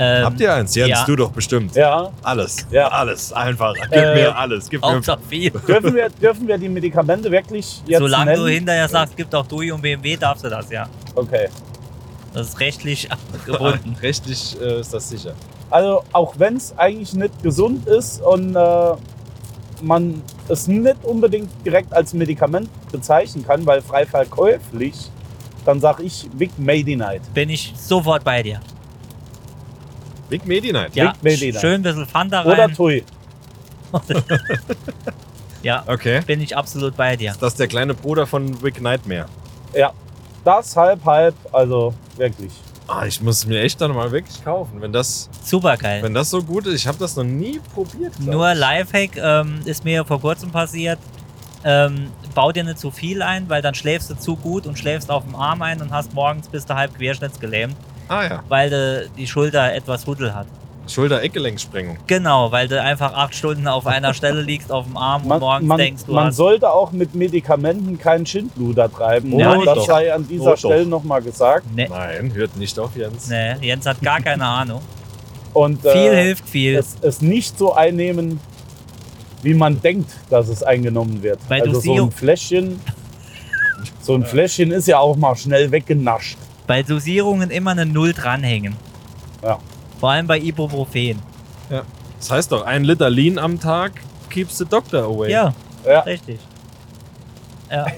Ähm,
Habt ihr eins? Jens,
ja.
du doch bestimmt.
Ja.
Alles.
Ja.
Alles. Einfach. Gib
Äh,
mir alles. Gib mir.
Hauptsache viel.
Dürfen wir, dürfen wir die Medikamente wirklich jetzt
Solange
nennen?
du hinterher sagst, gibt auch Dui und BMW, darfst du das, ja.
Okay.
Das ist rechtlich gebunden.
Rechtlich äh, ist das sicher.
Also auch wenn es eigentlich nicht gesund ist und äh, man es nicht unbedingt direkt als Medikament bezeichnen kann, weil frei verkäuflich, dann sag ich Big Made Night.
Bin ich sofort bei dir.
Big Medi Night.
Ja,
Medi dann.
schön ein bisschen Fanta
Oder
rein.
Tui.
ja,
Okay.
bin ich absolut bei dir.
Das ist der kleine Bruder von Big Nightmare.
Ja. Das halb, halb, also wirklich.
Ah, ich muss es mir echt dann mal wirklich kaufen. Wenn das,
Super geil.
wenn das so gut ist, ich habe das noch nie probiert. glaub
Nur
ich.
Lifehack ähm, ist mir vor kurzem passiert. Ähm, bau dir nicht zu viel ein, weil dann schläfst du zu gut und schläfst auf dem Arm ein und hast morgens bis du halb querschnittsgelähmt,
Ah ja.
weil du die Schulter etwas Huddel hat.
Schulter-Eckgelenksprengung.
Genau, weil du einfach acht Stunden auf einer Stelle liegst auf dem Arm und
Man,
morgens
man,
denkst, du
man
hast
sollte auch mit Medikamenten keinen Schindluder treiben.
Ja,
das
doch.
sei an dieser
Oh, doch.
Stelle nochmal gesagt.
Nee,
Nein, hört nicht auf, Jens.
nee, Ne, Jens hat gar keine Ahnung.
Und,
viel
äh,
hilft viel.
es, es nicht so einnehmen, wie man denkt, dass es eingenommen wird.
Weil du
also so
Sirup-
ein Fläschchen, so ein Fläschchen ist ja auch mal schnell weggenascht.
Bei Dosierungen immer eine Null dranhängen.
Ja.
Vor allem bei Ibuprofen.
Das heißt doch, ein Liter Lean am Tag keeps the doctor away.
Ja,
Ja,
richtig.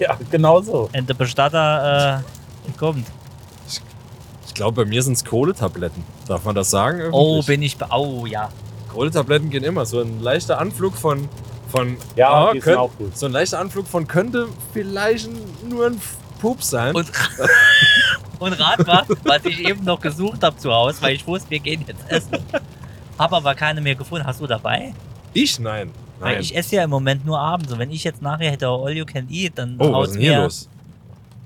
ja genau so.
Und der Bestatter äh, kommt.
Ich glaube, bei mir sind es Kohletabletten. Darf man das sagen?
Oh,
öffentlich?
bin ich. be- Oh, ja.
Kohletabletten gehen immer. So ein leichter Anflug von. von
Ja,
ah,
die sind
könnt-
auch gut.
So ein leichter Anflug von könnte vielleicht nur ein Pups sein.
Und, und rat mal, was ich eben noch gesucht habe zu Hause, weil ich wusste, wir gehen jetzt essen. Hab aber keine mehr gefunden. Hast du dabei?
ich? Nein.
Weil
Nein.
ich esse ja im Moment nur abends. Und wenn ich jetzt nachher hätte All You Can Eat, dann
oh, was
haut's
ist denn hier
mir-
los?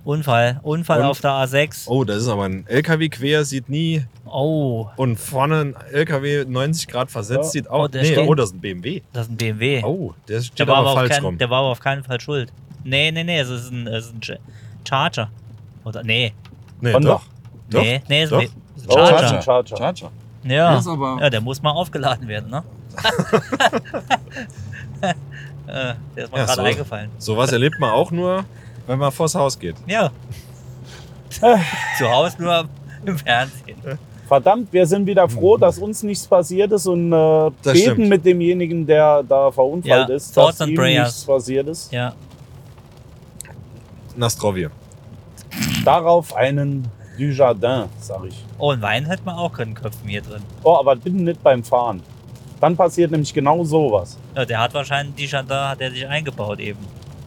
Unfall. Unfall
Und?
auf der A6.
Oh, das ist aber ein LKW quer, sieht nie.
Oh,
Und vorne ein LKW 90 Grad versetzt,
Ja.
sieht auch.
Oh, der
nee,
steht-
oh, das ist ein BMW.
das ist ein BMW.
Oh, der steht
der, war
aber,
aber auf
falsch
kein,
rum.
der war aber auf keinen Fall schuld. Nee, nee, nee, es ist ein, es ist ein Ch- Charger. Oder, nee,
Nee,
Honda.
doch. Doch,
nee, nee, es ist
doch.
ein es ist ein
Oh,
Charger.
Charger. Charger.
Charger.
Ja.
Der ist aber-
ja, der muss mal aufgeladen werden, ne? Äh, der ist mir
Ja,
gerade
so.
eingefallen.
Sowas erlebt man auch nur, wenn man vors Haus geht.
Ja.
Äh.
Zu Hause nur im Fernsehen.
Verdammt, wir sind wieder froh, dass uns nichts passiert ist und äh, beten
Mhm. stimmt.
mit demjenigen, der da verunfallt
Ja,
ist,
thoughts
dass
and
ihm
prayers.
nichts passiert ist.
Ja.
Nastrovje.
Darauf einen Dujardin, sag ich.
Oh, und Wein hätte man auch können köpfen hier drin.
Oh, aber bitte nicht beim Fahren. Dann passiert nämlich genau sowas.
Ja, der hat wahrscheinlich die Chantal, hat er sich eingebaut eben.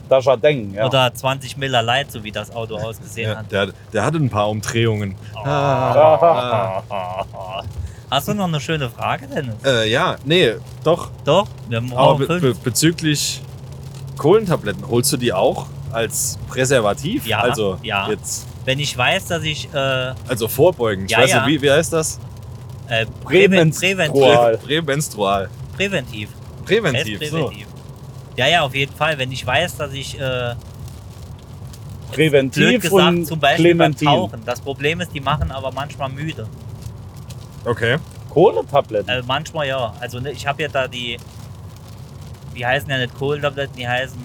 Dujardin, ja.
Oder 20 Miller Light, so wie das Auto ausgesehen
Ja,
hat.
der, der hatte ein paar Umdrehungen. Ah.
Ah. Hast du noch eine schöne Frage, Dennis?
Äh, ja, nee, doch.
Doch, wir haben auch
Aber be be
fünf.
bezüglich Kohlentabletten, holst du die auch als Präservativ?
Ja,
Also,
ja.
Jetzt,
Wenn ich weiß, dass ich äh,
also vorbeugen. Ich
Ja,
weiß
ja.
nicht, wie, wie heißt das?
äh, präven präventiv,
Prämenstrual. Dual.
Prämenstrual.
präventiv,
Präventiv, so.
präventiv. Ja, ja, auf jeden Fall. Wenn ich weiß, dass ich äh, blöd
Präventiv
gesagt
und
zum Beispiel
Clementin.
beim Tauchen. Das Problem ist, die machen aber manchmal müde.
Okay.
Kohletabletten.
Äh, manchmal ja. Also ne, ich habe ja da die, die heißen ja nicht Kohlentabletten, die heißen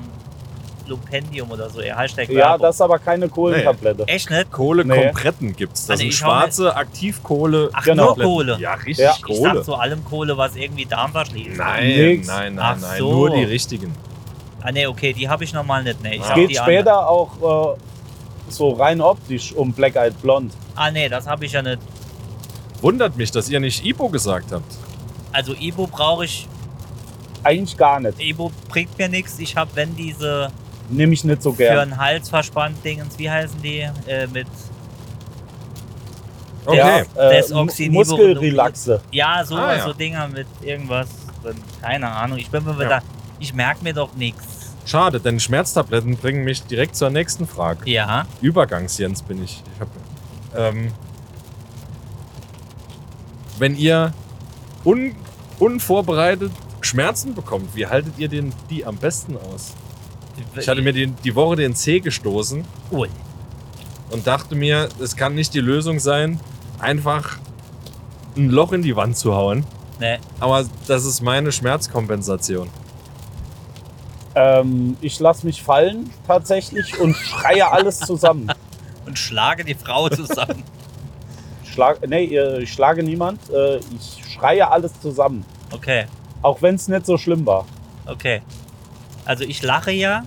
Lupendium oder so. Ihr Hashtag
ja,
Also, Werbung.
das ist aber keine Kohlentablette.
echt nicht.
Kohlekompretten gibt's. Das
Also
sind
ich hau mir-
schwarze Aktivkohle.
Ach,
Genau.
nur Kohle.
Ja, richtig
Ja.
Ich sag
Kohle.
zu allem Kohle, was irgendwie Darm verschließt.
Nein,
Nix.
nein, nein,
Ach
nein.
so.
Nur die richtigen.
Ah ne, okay, die habe ich normal nicht. Ne, ich
Es
hab
Geht
die
später
andere.
auch äh, so rein optisch um Black Eyed Blond.
Ah ne, das habe ich ja nicht.
Wundert mich, dass ihr nicht Ibo gesagt habt.
Also Ibo brauche ich.
Eigentlich gar nicht.
Ibo bringt mir nichts. Ich habe, wenn diese
Nehme ich nicht so
für
gern.
einen Hals verspannt Dingens, wie heißen die? Äh, mit
Okay.
Ja, äh,
Desoxynivo-
Muskelrelaxe.
ja, so,
Ah, ja.
so Dinger mit irgendwas. drin. Keine Ahnung. Ich bin mir
Ja.
da. Ich merke mir doch nichts.
Schade, denn Schmerztabletten bringen mich direkt zur nächsten Frage.
Ja.
Übergangs-Jens bin ich. ich hab, ähm, wenn ihr un unvorbereitet Schmerzen bekommt, wie haltet ihr den, die am besten aus? Ich hatte mir den, die Woche den Zeh gestoßen
Ui.
und dachte mir, es kann nicht die Lösung sein, einfach ein Loch in die Wand zu hauen.
Ne,
Aber das ist meine Schmerzkompensation.
Ähm, ich lasse mich fallen tatsächlich und schreie alles zusammen.
und schlage die Frau zusammen.
Ich Schlag, nee, äh, ich schlage niemand. Äh, ich schreie alles zusammen.
Okay,
Auch wenn es nicht so schlimm war.
okay. Also ich lache ja.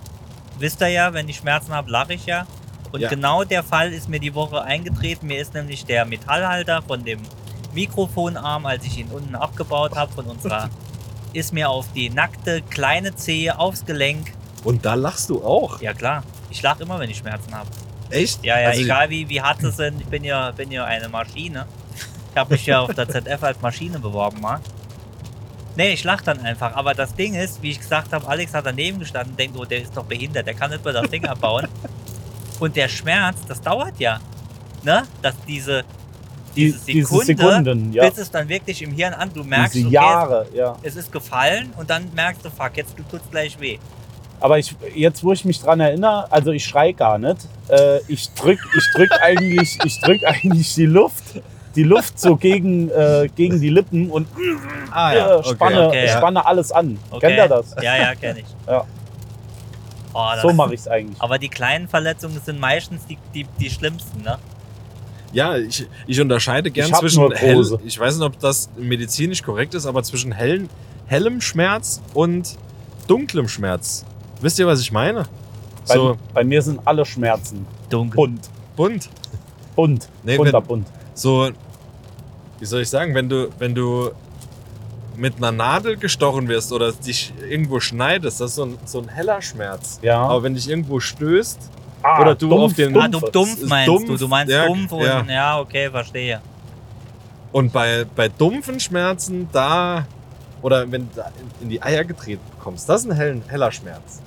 Wisst ihr ja, wenn ich Schmerzen habe, lache ich ja. Und
Ja.
genau der Fall ist mir die Woche eingetreten. Mir ist nämlich der Metallhalter von dem Mikrofonarm, als ich ihn unten abgebaut habe von unserer, ist mir auf die nackte kleine Zehe aufs Gelenk.
Und da lachst du auch.
Ja klar, ich lache immer, wenn ich Schmerzen habe.
Echt?
Ja, ja,
Also,
egal wie, wie hart sie sind, ich bin ja, bin ja eine Maschine. Ich habe mich ja auf der ZF als Maschine beworben mal. Nee, ich lach dann einfach. Aber das Ding ist, wie ich gesagt habe, Alex hat daneben gestanden und denkt, oh, der ist doch behindert, der kann nicht mehr das Ding abbauen. Und der Schmerz, das dauert ja. Ne? Dass diese,
Die-
diese Sekunde,
Sekunden, ja.
bis es dann wirklich im Hirn an, du merkst,
Diese
okay,
Jahre, ja.
es ist gefallen und dann merkst du, fuck, jetzt tut's gleich weh.
Aber ich, jetzt, wo ich mich dran erinnere, also ich schreie gar nicht. Äh, ich drück, ich drück eigentlich, ich drück eigentlich die Luft, die Luft so gegen, äh, gegen die Lippen und
ah,
äh,
ja. Ah, okay.
spanne,
okay, ja.
spanne alles an.
Okay?
Kennt ihr das?
Ja, ja, kenne ich.
Ja.
Oh, das
So mache ich es eigentlich.
Aber die kleinen Verletzungen sind meistens die, die, die schlimmsten, ne?
Ja, ich, ich unterscheide gern
Ich hab
zwischen
nur
hell,
große.
ich weiß nicht, ob das medizinisch korrekt ist, aber zwischen hellen, hellem Schmerz und dunklem Schmerz. Wisst ihr, was ich meine?
Bei,
So
bei mir sind alle Schmerzen
Dunkel.
bunt.
bunt.
Bunt.
Nee,
Wunderbunt.
So, wie soll ich sagen, wenn du, wenn du mit einer Nadel gestochen wirst oder dich irgendwo schneidest, das ist so ein, so ein heller Schmerz.
Ja.
Aber wenn dich irgendwo stößt,
Ah,
Oder du auf den-
ah, du dumpf
Ist
meinst du.
dumpf,
Du meinst
ja,
dumpf und
ja.
ja. okay, verstehe.
Und bei, bei dumpfen Schmerzen, da, oder wenn du da in- in die Eier getreten bekommst, das ist ein hellen, heller Schmerz.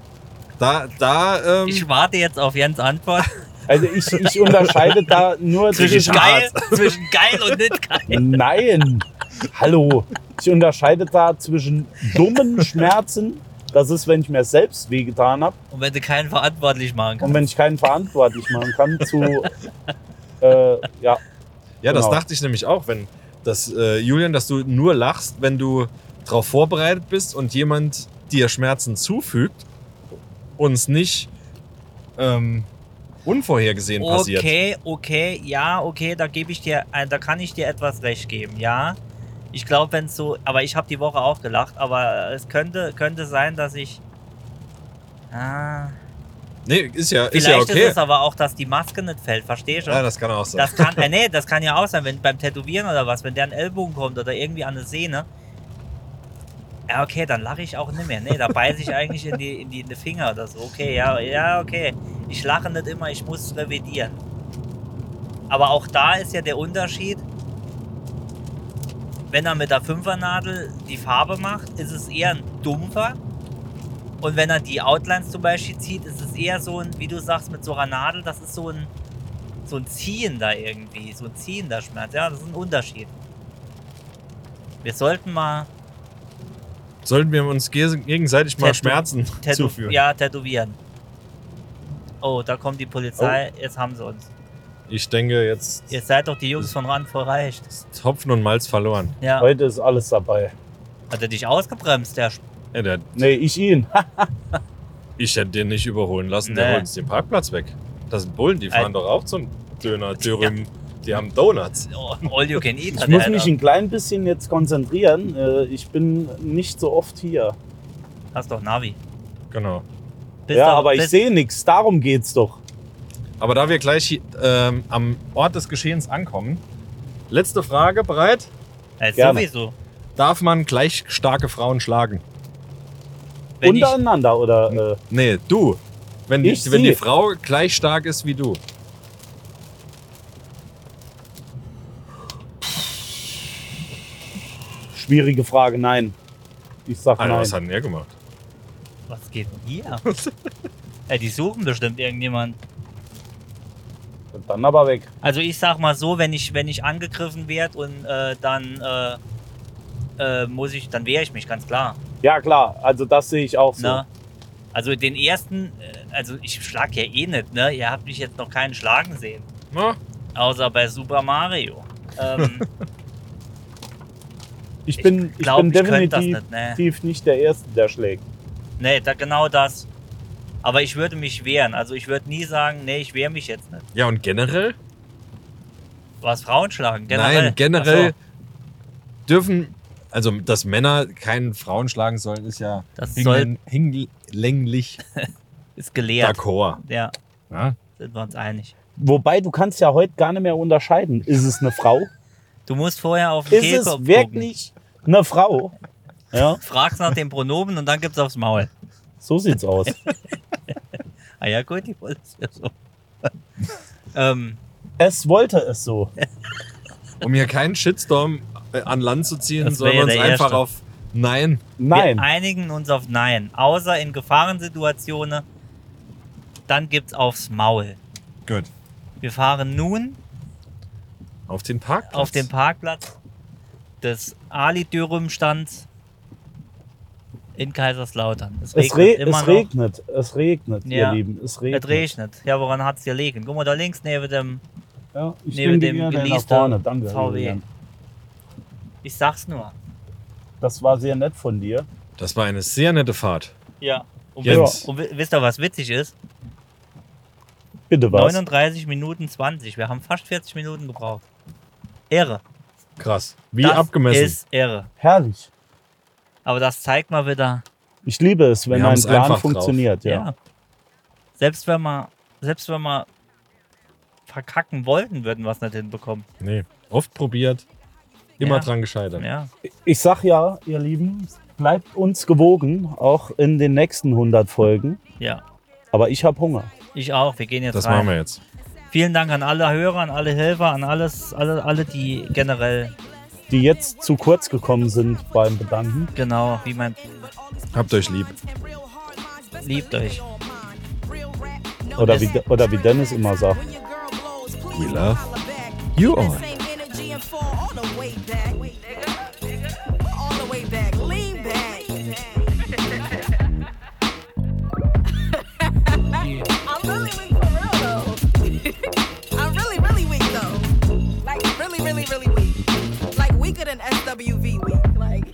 Da, da, ähm,
Ich warte jetzt auf Jens Antwort.
Also ich, ich unterscheide da nur
Zwischen
zwischen.
geil, zwischen geil und nicht geil.
Nein. Hallo. Ich unterscheide da zwischen dummen Schmerzen. Das ist, wenn ich mir selbst wehgetan habe
Und wenn du keinen verantwortlich machen
und
kannst.
wenn ich keinen verantwortlich machen kann, zu äh, ja,
ja, das
genau.
dachte ich nämlich auch, wenn, das, äh, Julian, dass du nur lachst, wenn du darauf vorbereitet bist und jemand dir Schmerzen zufügt und es nicht, ähm, unvorhergesehen passiert.
Okay, okay, ja, okay, da gebe ich dir, äh, da kann ich dir etwas recht geben, ja. Ich glaube, wenn so, aber ich habe die Woche auch gelacht, aber es könnte, könnte sein, dass ich. Ah,
Nee, ist ja, ist
vielleicht
ja
ist,
okay.
es aber auch, dass die Maske nicht fällt, verstehe schon.
ja, das kann auch sein.
Das kann, äh, nee, das kann ja auch sein, wenn beim Tätowieren oder was, wenn der an den Ellbogen kommt oder irgendwie an eine Sehne. Ja, okay, dann lache ich auch nicht mehr. Nee, da beiße ich eigentlich in die, in die in die Finger oder so. Okay, ja, ja, okay. Ich lache nicht immer, ich muss revidieren. Aber auch da ist ja der Unterschied, wenn er mit der Fünfernadel die Farbe macht, ist es eher ein dumpfer. Und wenn er die Outlines zum Beispiel zieht, ist es eher so ein, wie du sagst, mit so einer Nadel, das ist so ein, so ein ziehender irgendwie, so ein ziehender Schmerz. Ja, das ist ein Unterschied. Wir sollten mal
Sollten wir uns ge- gegenseitig mal
Tätow-
Schmerzen
tätow
zuführen?
ja, tätowieren. Oh, da kommt die Polizei.
Oh.
Jetzt haben sie uns.
Ich denke, jetzt
Ihr seid doch die Jungs von Rand verreicht.
ist Hopfen und Malz verloren.
Ja.
heute ist alles dabei.
Hat er dich ausgebremst, der Sch
Ja, der
Nee, ich ihn.
Ich hätte den nicht überholen lassen, der
Nee.
holt uns den Parkplatz weg. Das sind Bullen, die fahren
Äh.
doch auch zum Döner, Dürüm. Die haben Donuts.
oh, All you can eat
Ich
hat
muss
der
mich
da.
ein klein bisschen jetzt konzentrieren. Äh, Ich bin nicht so oft hier.
Hast doch Navi.
Genau.
Bist
ja,
doch-
aber ich
bist-
sehe nichts. Darum geht's doch.
Aber da wir gleich hier, ähm, am Ort des Geschehens ankommen, letzte Frage bereit.
Äh,
gerne.
sowieso.
Darf man gleich starke Frauen schlagen?
Wenn ich,
Untereinander oder äh,
Nee, du. Wenn,
Ich
die, wenn die
sie.
Frau gleich stark ist wie du.
schwierige Frage. Nein. Ich sag
Alter, was
nein.
Ah, hat denn er gemacht?
was geht denn hier? Ey, die suchen bestimmt irgendjemand.
Dann aber weg.
Also ich sag mal so, wenn ich, wenn ich angegriffen werde und äh, dann äh, äh, muss ich, dann wehre ich mich, ganz klar.
Ja klar. Also das sehe ich auch so.
Ne? Also den ersten, äh, also ich schlag ja eh nicht, ne? Ihr habt mich jetzt noch keinen schlagen sehen.
Na,
Außer bei Super Mario. Ähm,
Ich bin, ich
glaub,
bin
ich könnte das
definitiv
nicht, ne?
nicht, der Erste, der schlägt.
nee, da, genau das. Aber ich würde mich wehren. Also ich würde nie sagen, nee, ich wehre mich jetzt nicht.
Ja, und generell?
Was Frauen schlagen, generell.
Nein, generell
Ach
dürfen, also dass Männer keinen Frauen schlagen sollen, ist ja
Das
hinläng- hinlänglich
so, ist gelehrt.
d'accord. ne?
Ja,
Ja?
sind wir uns einig.
Wobei, du kannst ja heute gar nicht mehr unterscheiden. Ist es eine Frau?
Du musst vorher auf den
Ist es
Kehlkopf gucken.
wirklich eine Frau? Ja,
Fragst nach dem Pronomen und dann gibt's aufs Maul.
so sieht's aus.
Ah ja, gut, die wollen es ja so. ähm,
Es wollte es so.
um hier keinen Shitstorm äh, an Land zu ziehen,
Das
sollen wir
wär
uns
ja der
einfach
erste.
auf Nein.
Wir
Nein.
einigen uns auf Nein. Außer in Gefahrensituationen, dann gibt's aufs Maul.
Gut.
Wir fahren nun
Auf den Parkplatz.
auf den Parkplatz des Ali Dürüm Stands in Kaiserslautern.
Es, re
immer
es
noch.
regnet. Es regnet,
Ja.
ihr Lieben. Es regnet.
Es regnet. Ja, woran hat's hier liegen? Guck mal, da links neben dem.
Ja, ich
Neben
neben
dem
dem gerne nach
geleasten
vorne. Danke.
VW.
Julian.
Ich sag's nur.
Das war sehr nett von dir.
Das war eine sehr nette Fahrt.
Um- Ja. Und,
Jens.
wisst, und wi- wisst ihr, was witzig ist?
Bitte was?
39 Minuten 20. Wir haben fast 40 Minuten gebraucht. Irre.
Krass. Wie
um- das
abgemessen.
ist irre.
Herrlich.
Aber das zeigt mal wieder,
Ich liebe es, wenn
Wir
mein
haben's
Plan
einfach drauf.
funktioniert.
ja.
Ja.
Selbst wenn wir, selbst wenn wir verkacken wollten, würden wir es nicht hinbekommen.
nee. Oft probiert, immer
Ja.
dran gescheitert.
Ja.
Ich sag ja, ihr Lieben, bleibt uns gewogen, auch in den nächsten 100 Folgen.
Ja.
Aber ich habe Hunger.
Ich auch. Wir gehen jetzt
Das
rein.
machen wir jetzt.
Vielen Dank an alle Hörer, an alle Helfer, an alles, alle, alle, die generell,
Die jetzt zu kurz gekommen sind beim Bedanken.
genau, wie mein
Habt euch lieb.
Liebt euch.
Oder wie, oder wie Dennis immer sagt.
We love you all.
All the way back, lean back.
I'm really weak for real though. I'm really, really weak though. Like really, really, really weak. Like weaker than SWV weak. Like.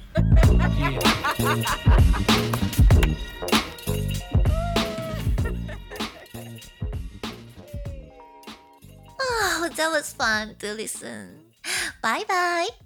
Oh, that was fun to listen. Bye bye.